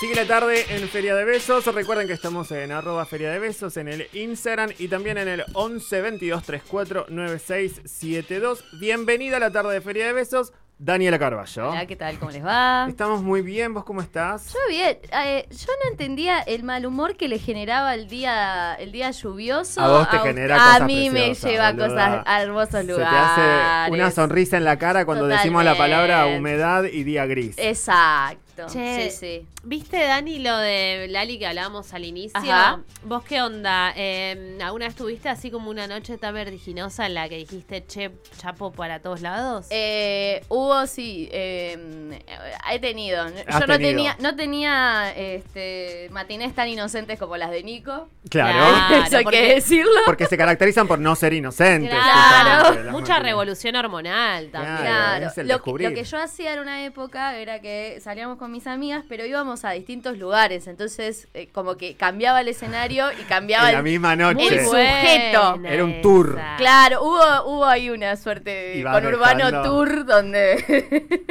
Sigue la tarde en Feria de Besos. Recuerden que estamos en arroba Feria de Besos en el Instagram y también en el 11 22 34 9672. Bienvenida a la tarde de Feria de Besos, Daniela Carballo. Hola, ¿qué tal? ¿Cómo les va? Estamos muy bien, ¿vos cómo estás? Yo bien. Eh, yo no entendía el mal humor que le generaba el día, el día lluvioso. A vos te us- genera a cosas mí preciosas, me lleva boluda. cosas a hermosos Se te lugares. hace una sonrisa en la cara cuando decimos la palabra Totalmente. humedad y día gris. Exacto. Che, Sí, sí. ¿Viste, Dani, lo de Lali que hablábamos al inicio? Ajá. ¿Vos qué onda? Eh, ¿Alguna vez tuviste así como una noche tan vertiginosa en la que dijiste, che, chapo para todos lados? Eh, hubo sí, eh, he tenido. Yo Has no tenido. tenía, no tenía este, matinés tan inocentes como las de Nico. Claro. Claro. Eso hay porque- que decirlo. Ah, Porque se caracterizan por no ser inocentes. Claro. justamente, las Mucha máquinas. revolución hormonal también. Claro, es el lo, que- descubrir. lo que yo hacía en una época era que salíamos con mis amigas, pero íbamos a distintos lugares. Entonces, eh, como que cambiaba el escenario y cambiaba En la el. misma noche. Muy bueno. sujeto. Era un tour. esa. Claro, hubo, hubo ahí una suerte de- Iba con Urbano dejando. Tour donde.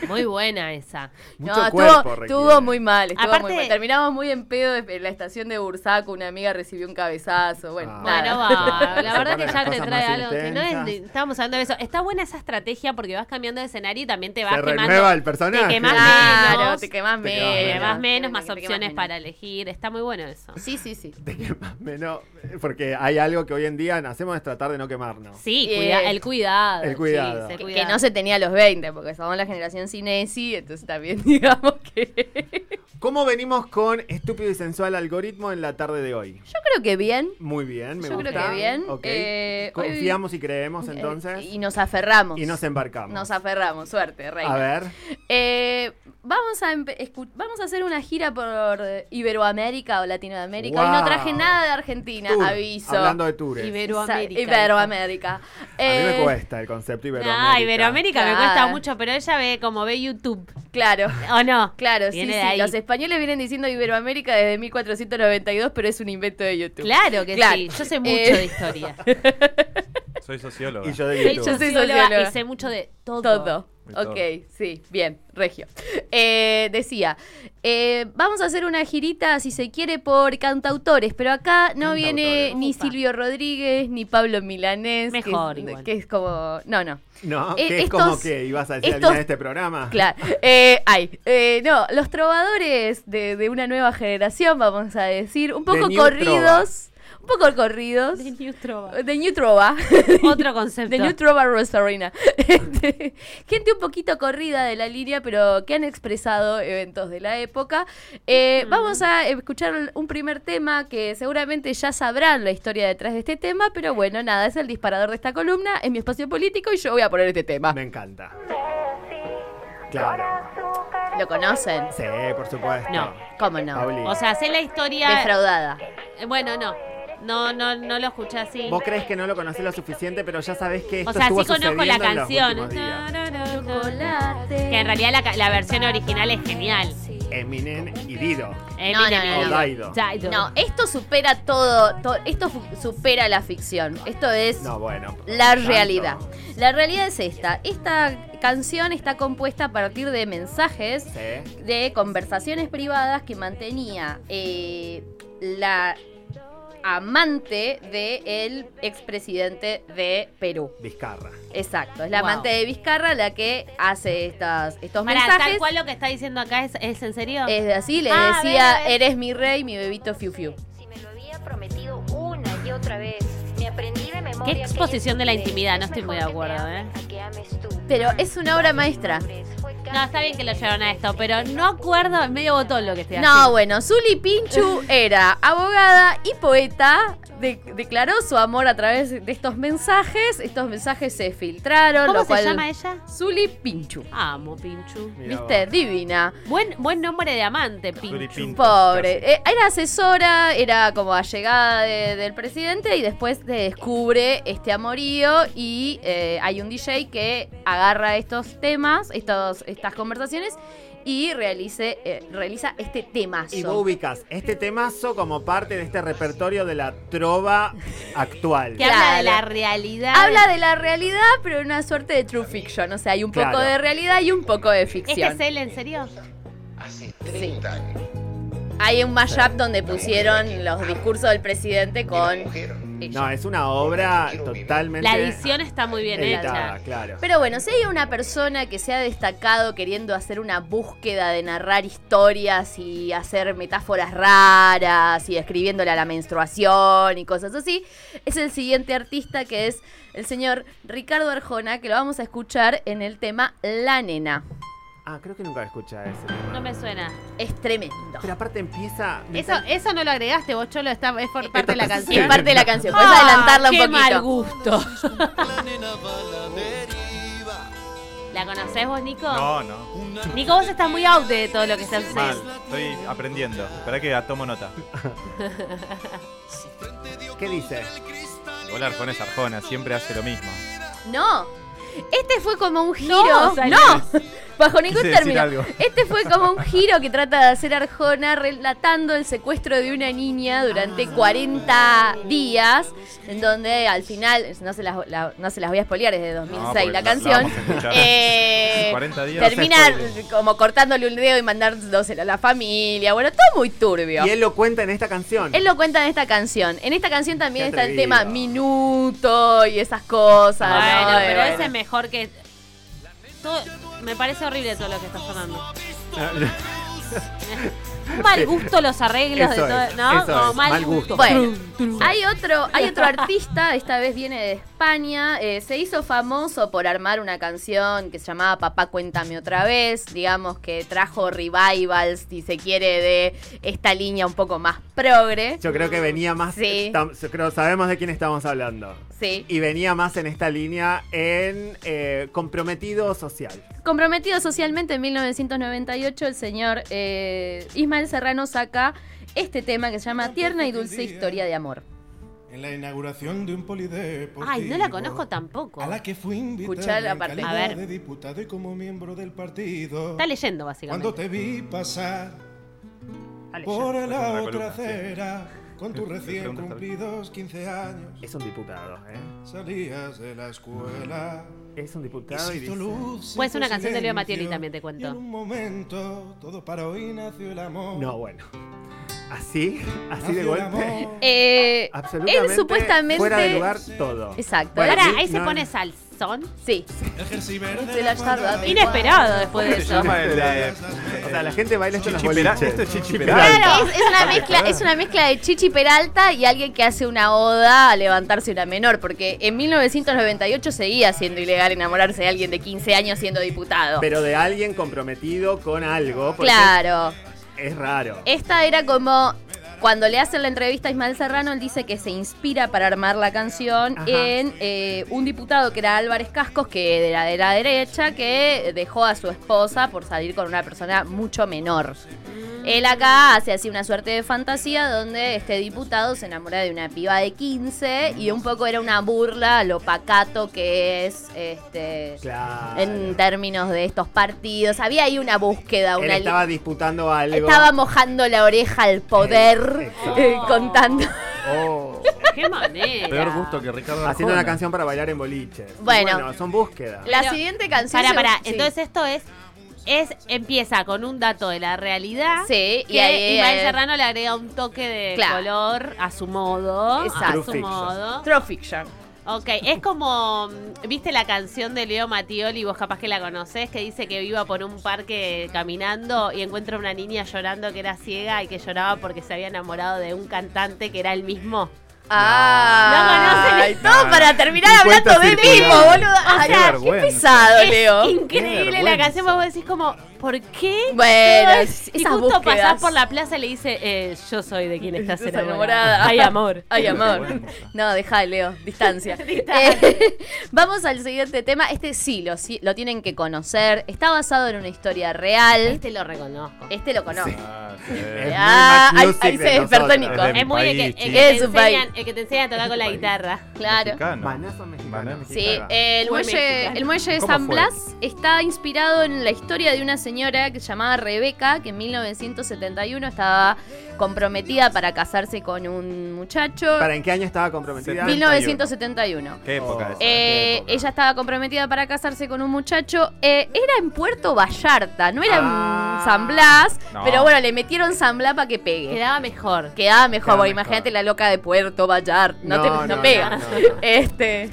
Muy buena esa. Mucho no, cuerpo estuvo, requiere. estuvo muy mal, estuvo Aparte- muy mal. Terminamos muy en pedo en la estación de Bursaco, una amiga recibió un cabezazo. Bueno, Ah. nada. Bueno, Claro, va. se La verdad ponen que las ya te cosas trae más algo que no es. de- intensas. Estábamos hablando de eso. Está buena esa estrategia porque vas cambiando de escenario y también te vas Se quemando. renueva el personaje. Te quemás Claro, menos. te quemás Te menos. quemás Eh, más menos, Te más quemás opciones menos. para elegir. Está muy bueno eso. Sí, sí, sí. Te quemas menos, porque hay algo que hoy en día hacemos es tratar de no quemarnos. Sí, Bien. cuida- el cuidado. El cuidado. sí, se Que, que cuida. no se tenía a los 20, porque somos la generación cinesi, entonces también digamos que... ¿Cómo venimos con estúpido y sensual algoritmo en la tarde de hoy? Yo creo que bien. Muy bien, me Yo gusta. creo que bien. Ok. Eh, hoy- Confiamos y creemos eh, entonces y nos aferramos. y nos embarcamos. Nos aferramos, suerte, rey. a ver, Eh, vamos, a empe- escu- vamos a hacer una gira por eh, Iberoamérica o Latinoamérica. Hoy no Wow. traje nada de Argentina, tour. aviso. hablando de tours. Iberoamérica. Sa- Iberoamérica. a mí Eh, me cuesta el concepto Iberoamérica. Ah, Iberoamérica me Claro. cuesta mucho, pero ella ve como ve YouTube. Claro. ¿O no? Claro, sí, Viene sí. de ahí. Los españoles vienen diciendo Iberoamérica desde 1492, pero es un invento de YouTube. Claro que Claro. sí. Yo sé mucho Eh. de historia. Soy sociólogo. Y yo de Soy YouTube. yo soy socióloga socióloga. y sé mucho de todo. Todo. De todo. Ok, sí, bien, Regio. Eh, decía, eh, vamos a hacer una girita, si se quiere, por cantautores, pero acá no Cantautores. viene ni Upa. Silvio Rodríguez, ni Pablo Milanés. que es- Mejor que es, igual. como... No, no, No, Eh, que es estos- como que ibas a decir estos- alguien de este programa. claro. Eh, ay, eh, no, los trovadores de, de una nueva generación, vamos a decir, un poco The New corridos, un poco corridos. De New Trova. De New Trova. Otro concepto. De New Trova Rosarina. Este, Gente un poquito corrida de la línea, pero que han expresado eventos de la época. Eh, Vamos a escuchar un primer tema que seguramente ya sabrán la historia detrás de este tema, pero bueno, nada, es el disparador de esta columna, es mi espacio político y yo voy a poner este tema. Me encanta. Claro. ¿Lo conocen? Sí, por supuesto. No. ¿Cómo no? Pauli. O sea, sé la historia. Defraudada. Eh, Bueno, no. No, no, no lo escuché así. Vos crees que no lo conocés lo suficiente, pero ya sabés que esto O sea, sí estuvo conozco la sucediendo en los canción. últimos días. Que en realidad la, ca- la versión original es genial. Eh, Eminem y Dido. Eminem. no, no. O Daido. Daido. No, esto supera todo, to- esto fu- supera la ficción. Esto es No, bueno. la tanto. realidad. La realidad es esta. Esta canción está compuesta a partir de mensajes Sí. de conversaciones privadas que mantenía eh, la amante del expresidente de Perú. Vizcarra. Exacto, es la Wow. amante de Vizcarra la que hace estas, estos Para mensajes. Eh, tal cual lo que está diciendo acá es, es en serio. Es así, le Ah, decía, ve, ve. eres mi rey, mi bebito fiu fiu. Si me lo había prometido una y otra vez, me aprendí de memoria. Qué exposición de la aquellos intimidad, no es estoy muy de mejor que te acuerdo, ¿eh? amen a que ames tú. Pero es una obra maestra. No, está bien que lo llevaron a esto, pero no acuerdo, es medio botón lo que estoy haciendo. No, bueno, Zully Pinchu era abogada y poeta. De- declaró su amor a través de estos mensajes. Estos mensajes se filtraron. ¿Cómo lo se cual- llama ella? Zully Pinchu. Amo, Pinchu. Mirá ¿Viste? vos. Divina. Buen, buen nombre de amante, Pinchu. Pinchu. Pobre. Eh, era asesora, era como allegada de- del presidente y después se descubre este amorío y eh, hay un DJ que agarra estos temas, estos, estas conversaciones y realice, eh, realiza este temazo. Y vos ubicás este temazo como parte de este repertorio de la trova actual. Que habla de la Claro. realidad. Habla de la realidad, pero en una suerte de true fiction. O sea, hay un poco Claro. de realidad y un poco de ¿Este ficción. es él en serio? hace 30 años. Hay un mashup donde pusieron los discursos del presidente Y la con mujer ella. No, es una obra totalmente. La edición está muy bien editada, hecha. claro. Pero bueno, si hay una persona que se ha destacado queriendo hacer una búsqueda de narrar historias y hacer metáforas raras y escribiéndole a la menstruación y cosas así, es el siguiente artista que es el señor Ricardo Arjona, que lo vamos a escuchar en el tema La Nena. Ah, creo que nunca escuché ese. No me suena. Es tremendo. Pero aparte empieza. me Eso, encanta- eso no lo agregaste, vos cholo, está, es por parte de la Es canción. parte de la canción, puedes adelantarla un Ah, Qué poquito. mal gusto. ¿La conocés vos, Nico? No, no. Nico, vos estás muy out de todo lo que está Mal. sucediendo. Estoy aprendiendo. Espera que tomo nota. ¿Qué dice? Hola, Arjona es Arjona. Siempre hace lo mismo. No. Este fue como un giro. No, No, Sal- bajo ningún Quise decir término. algo. Este fue como un giro que trata de hacer Arjona relatando el secuestro de una niña durante Ah. 40 días, en donde al final, no se las, la- no se las voy a spoilear, es de No, 2006 porque la la- la canción. vamos a escuchar. Eh, 40 días. termina No se spoile. como cortándole un dedo y mandándoselo a la familia. Bueno, todo muy turbio. Y él lo cuenta en esta canción. Él lo cuenta en esta canción. En esta canción también Qué está el atrevido. tema minuto y esas cosas. Bueno, ¿no? pero Bueno. ese es mejor que. todo- me parece horrible todo lo que está sonando. Un mal gusto los arreglos Eso de todo. es, ¿No? eso Como es, mal, mal gusto. gusto. Bueno, hay otro, hay otro artista, esta vez viene de España, eh, se hizo famoso por armar una canción que se llamaba Papá Cuéntame otra vez, digamos que trajo revivals, si se quiere, de esta línea un poco más progre. Yo creo que venía más. Sí. tam- yo creo sabemos de quién estamos hablando. Sí. Y venía más en esta línea en eh, comprometido social. Comprometido socialmente en 1998, el señor eh, Ismael Serrano saca este tema que se llama Tierna y Dulce Historia de Amor. En la inauguración de un polideportivo. Ay, no la conozco tampoco. A la que fui invitado Escuchá la en parte. calidad A ver. de diputado y como miembro del partido. Está leyendo, Cuando básicamente. te vi pasar Está leyendo. por la una columna, otra sí. acera con tus recién pregunta está bien. cumplidos 15 años, Es un diputado, ¿eh? salías de la escuela. Es un diputado y Puede dice. Pues una canción de Leo Mattioli también, te cuento. En un momento, todo para hoy nació el amor. No, bueno. Así, así Nació de el golpe. amor. Eh, Absolutamente. él supuestamente... Fuera de lugar todo. Exacto. Bueno, Pará, sí, ahí se no, pone no. salsón. Sí. El jersey verde. Se la tarda. Inesperado después de eso. llama el de- O sea, la gente baila esto en los Chipera- boliches. Esto es Chichi Peralta. Claro, es, es Ah, una mezcla, es una mezcla de Chichi Peralta y alguien que hace una oda a levantarse una menor, porque en 1998 seguía siendo ilegal enamorarse de alguien de 15 años siendo diputado. Pero de alguien comprometido con algo. porque claro. Es raro. Esta era como cuando le hacen la entrevista a Ismael Serrano, él dice que se inspira para armar la canción Ajá. en eh, un diputado que era Álvarez Cascos, que era de la derecha, que dejó a su esposa por salir con una persona mucho menor. Él acá hace así una suerte de fantasía donde este diputado se enamora de una piba de 15 y un poco era una burla a lo pacato que es este Claro. en términos de estos partidos. Había ahí una búsqueda, Él una li- estaba disputando algo. estaba mojando la oreja al poder, Exacto. eh, contando. Oh. Qué manera. Peor gusto que Ricardo Arjona. Ah, Haciendo una canción para bailar en boliches. Bueno. son búsquedas. La Pero- siguiente canción. Para, se- para. sí. Entonces esto es. Es, empieza con un dato de la realidad. Sí, y que ahí, Ismael eh, Serrano le agrega un toque de Claro. color a su modo. Exacto. A su modo. True Fiction. Ok, es como, mm, viste la canción de Leo Matioli, vos capaz que la conocés, que dice que iba por un parque caminando y encuentra una niña llorando que era ciega y que lloraba porque se había enamorado de un cantante que era el mismo. Ah, No conocen ay, el- todo para terminar hablando cuenta de circular. mismo, boludo. Ay, qué qué vergüenza. pesado, es Ah, Leo. increíble Qué la vergüenza. canción, vos decís como, ¿por qué? Bueno, Ay, es- y esas justo búsquedas. pasás por la plaza y le dice, eh, yo soy de quien estás Estás enamorada. enamorada. Hay amor. Ay, Qué amor. vergüenza. No, dejá, Leo. Distancia. Distancia. Eh, vamos al siguiente tema. Este sí lo, sí lo tienen que conocer. Está basado en una historia real. Este lo reconozco. Este lo conoce. Ah, sí. Es Ah, muy Mac ahí- Music ahí de se despertó nosotros. Nico. Es de Es muy el que, el país, que chico. te Es un país. enseñan- el que te enseña a tocar con la guitarra. Claro. Mexicano. Manazo mexicano. Manazo. Sí, eh, el Fue muelle, mexicano. el muelle de ¿Cómo San fue? Blas está inspirado en la historia de una señora que se llamaba Rebeca, que en 1971 estaba comprometida para casarse con un muchacho. ¿Para en qué año estaba comprometida? 1971. ¿Qué época es? esa? Eh, Ah, ¿Qué época? ella estaba comprometida para casarse con un muchacho. eh, era en Puerto Vallarta, no era San Blas, No. pero bueno, le metieron San Blas para que pegue. Quedaba mejor. Quedaba mejor, Quedaba porque mejor. imagínate la loca de Puerto Vallarta. No, te, no, pega. no, no. Este.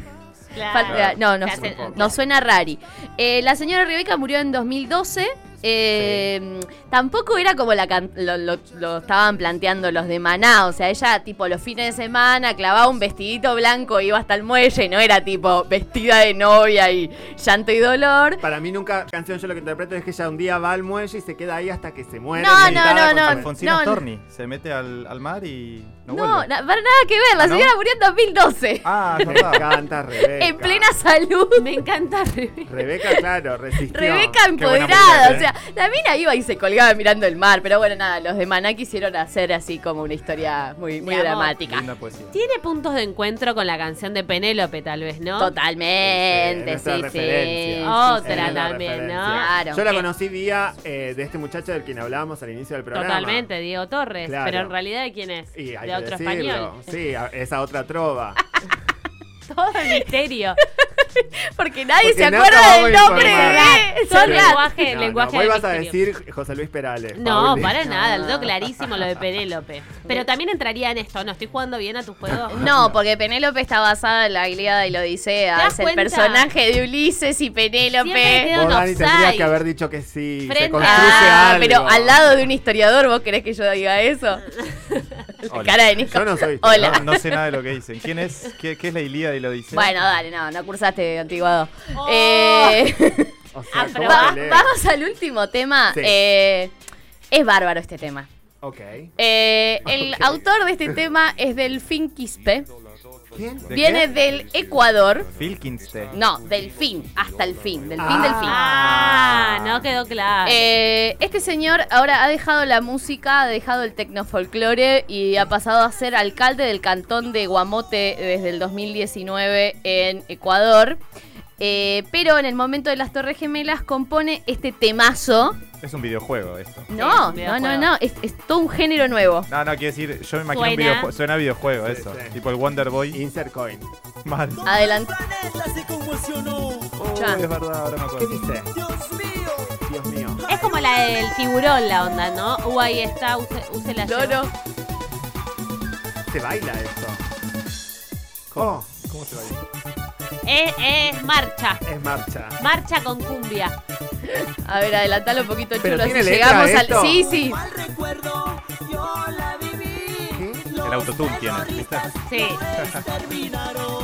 Claro. Falta- no, no, Se hace- no suena rari. Eh, la señora Rebeca murió en 2012. Eh, Tampoco era como la can- lo, lo- lo estaban planteando los de Maná. O sea, ella, tipo, los fines de semana clavaba un vestidito blanco, iba hasta el muelle. No era tipo vestida de novia y llanto y dolor. Para mí nunca, canción yo lo que interpreto es que ella un día va al muelle y se queda ahí hasta que se muere. No, no, meditada no, con no. San Blas. Alfonsina no, no. Storni se mete al, al mar y no, No, vuelve. na- para nada que ver. La ¿Ah, no? señora murió en 2012. Ah, es Me verdad. encanta Rebeca. en plena salud. Me encanta Rebeca. Rebeca, claro, resistió. Rebeca qué buena empoderada, ¿eh? o sea, mujer, la mina iba y se colgaba mirando el mar, pero bueno, nada, los de Maná quisieron hacer así como una historia muy, muy Te amo. dramática. Linda poesía. Tiene puntos de encuentro con la canción de Penélope, tal vez, ¿no? Totalmente, Esa es sí, nuestra sí. referencia. sí, Otra sí. la- también, ¿no? Claro. Yo la conocí vía eh, de este muchacho del quien hablábamos al inicio del programa. Totalmente, Diego Torres. Claro. Pero en realidad, ¿de quién es? Y hay que de otro decirlo. español. Sí, a- esa otra trova. Todo el misterio. Porque nadie Porque se no acuerda acabamos del de nombre informar. de Todo el Soledad. lenguaje, el lenguaje vos del ibas a misterio. decir José Luis Perales. No, Pauli. para nada, lo tengo clarísimo lo de Penélope. Pero también entraría en esto, ¿no? Estoy jugando bien a tu juego. No, porque Penélope está basada en la Ilíada y la ¿Te Odisea. das Es el cuenta? personaje de Ulises y Siempre Penélope. queda- Vos, Dani, offside. tendrías que haber dicho que sí. Frente- Se construye Ah, algo. pero al lado de un historiador, ¿vos querés que yo diga eso? Hola. Cara de Nico. Yo no soy. Hola. No, no sé nada de lo que dicen. ¿Quién es? ¿Qué, qué es la Ilíada y la Odisea? Bueno, dale, no, no cursaste antiguado. Oh. Eh, O sea, Ah, ¿cómo pero va- te lees? vamos al último tema. Sí. Eh, es bárbaro este tema. Ok. Eh, el Ok. autor de este tema es Delfín Quispe. ¿Quién? ¿De Viene qué? del Ecuador. Filkinstein. No, del fin, hasta el fin, del fin Ah. del fin. Ah, no quedó claro. Eh, este señor ahora ha dejado la música, ha dejado el tecnofolclore y ha pasado a ser alcalde del cantón de Guamote desde el 2019 en Ecuador. Eh, pero en el momento de las Torres Gemelas compone este temazo. Es un videojuego esto. No, Sí, no, videojuego. no, no, es, es todo un género nuevo. No, no, quiero decir, yo me imagino Suena. un videojuego. Suena a videojuego Sí, eso. sí. Tipo el Wonder Boy. Insert coin. Mal. Adelante. planeta se conmocionó. Ya. es verdad, ahora me ¿Qué acuerdo. dice? Dios mío. Dios mío. Es como la del tiburón, la onda, ¿no? Uh, ahí está, use, use la Loro. lleva. Se baila esto. ¿Cómo? Oh, ¿Cómo se va Es, es Eh, marcha. es marcha. Marcha con cumbia. A ver, adelantalo un poquito, Pero chulo. tiene así letra llegamos esto. al. Sí, sí. Mal recuerdo. Yo la viví. ¿Qué? Los El autotune tiene, ¿viste? terroristas Sí. terminaron.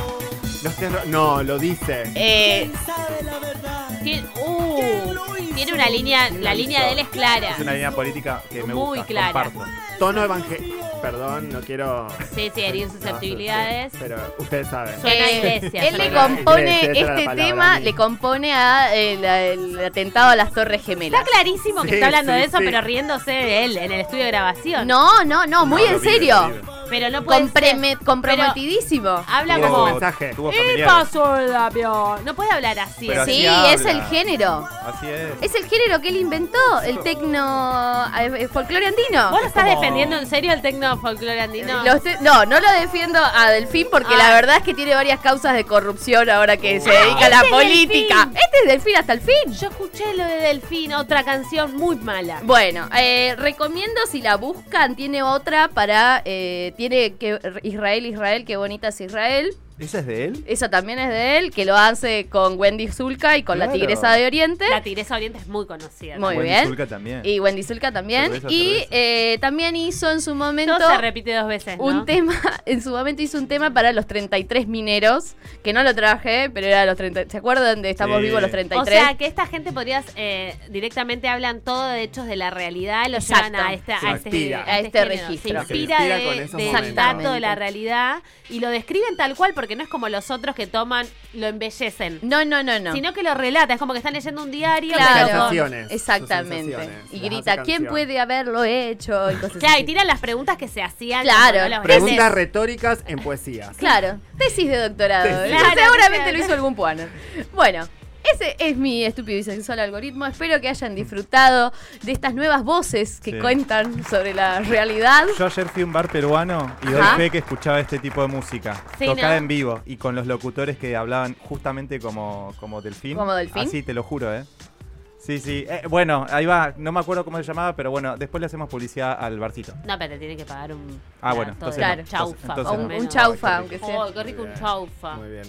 Los terro- No, lo dice. Eh, ¿Quién sabe la verdad? Tiene, uh, tiene una línea, la línea de él es clara. Es una línea política que me Muy gusta. clara. comparto. Tono evangélico. Perdón, no quiero. Sí, sí, herir susceptibilidades. No, sí, sí, pero ustedes saben. Suena a Eh, iglesia. Él le suena a iglesia. compone Iglesia, esa era la este palabra, tema, amigo. le compone a eh, la- el atentado a las Torres Gemelas. Está clarísimo que Sí, está hablando sí, de eso, sí. pero riéndose de él en el estudio de grabación. No, no, no, muy No, en lo vive, serio. lo vive. pero no puede Compreme- ser. comprometidísimo. Pero habla Mira como. ese mensaje. Tuvo ¿Qué familiares. pasó el avión? No puede hablar así. Pero sí, así es habla. el género. Así es. Es el género que él inventó, el tecno eh, eh, folclore andino. ¿Vos lo estás como- defendiendo en serio el tecno folclore andino? Lo estoy- no, no lo defiendo a Delfín porque Ay. la verdad es que tiene varias causas de corrupción ahora que Oh. se Ah, dedica a la este es política. Delfín. Este es Delfín hasta el fin. Yo escuché lo de Delfín, otra canción muy mala. Bueno, eh, recomiendo si la buscan, tiene otra para, eh, tiene que Israel, Israel, qué bonita es Israel. ¿Esa es de él? Esa también es de él, que lo hace con Wendy Zulka y con la Claro. Tigresa de Oriente. La Tigresa Oriente es muy conocida. Muy Wendy bien. Zulka también. Y Wendy Zulka también. Cerveza, y cerveza. eh, también hizo en su momento Todo se repite dos veces, ¿no? un tema, en su momento hizo un tema para los 33 mineros, que no lo traje, pero era los 30, ¿se acuerdan de Estamos Sí. vivos los O 33? O sea, que esta gente podrías eh, directamente hablan todo de hechos de la realidad, lo Exacto. llevan a, esta, Se a este, inspira. género. A este Se registro. inspira Se inspira de- con esos de- del momentos. dato de la realidad y lo describen tal cual porque no es como los otros que toman, lo embellecen, no, no, no, no. sino que lo relata, es como que están leyendo un diario. Claro. pero con- Sensaciones, Exactamente. sus sensaciones, y las grita, hace ¿quién canción". puede haberlo hecho? Y cosas Claro, así. y tiran las preguntas que se hacían. Claro. cuando no las Pregunta- Preguntas Veces. retóricas en poesía. Claro, tesis de doctorado. Tesis. Eso Claro, Seguramente claro. lo hizo algún puano. Bueno. Ese es mi estúpido y sensual algoritmo. Espero que hayan disfrutado de estas nuevas voces que Sí. cuentan sobre la realidad. Yo ayer fui a un bar peruano y doy Ajá. fe que escuchaba este tipo de música. Sí, tocada ¿no? en vivo y con los locutores que hablaban justamente como, como Delfín. ¿Como Delfín? Así, te lo juro, ¿eh? Sí, sí. Eh, bueno, ahí va. No me acuerdo cómo se llamaba, pero bueno, después le hacemos publicidad al barcito. No, pero tiene que pagar un. Ah, bueno, todo entonces el- Claro. no. chaufa. Entonces O un, no. un chaufa, Ay, aunque sea. Oh, qué rico un chaufa. Muy bien.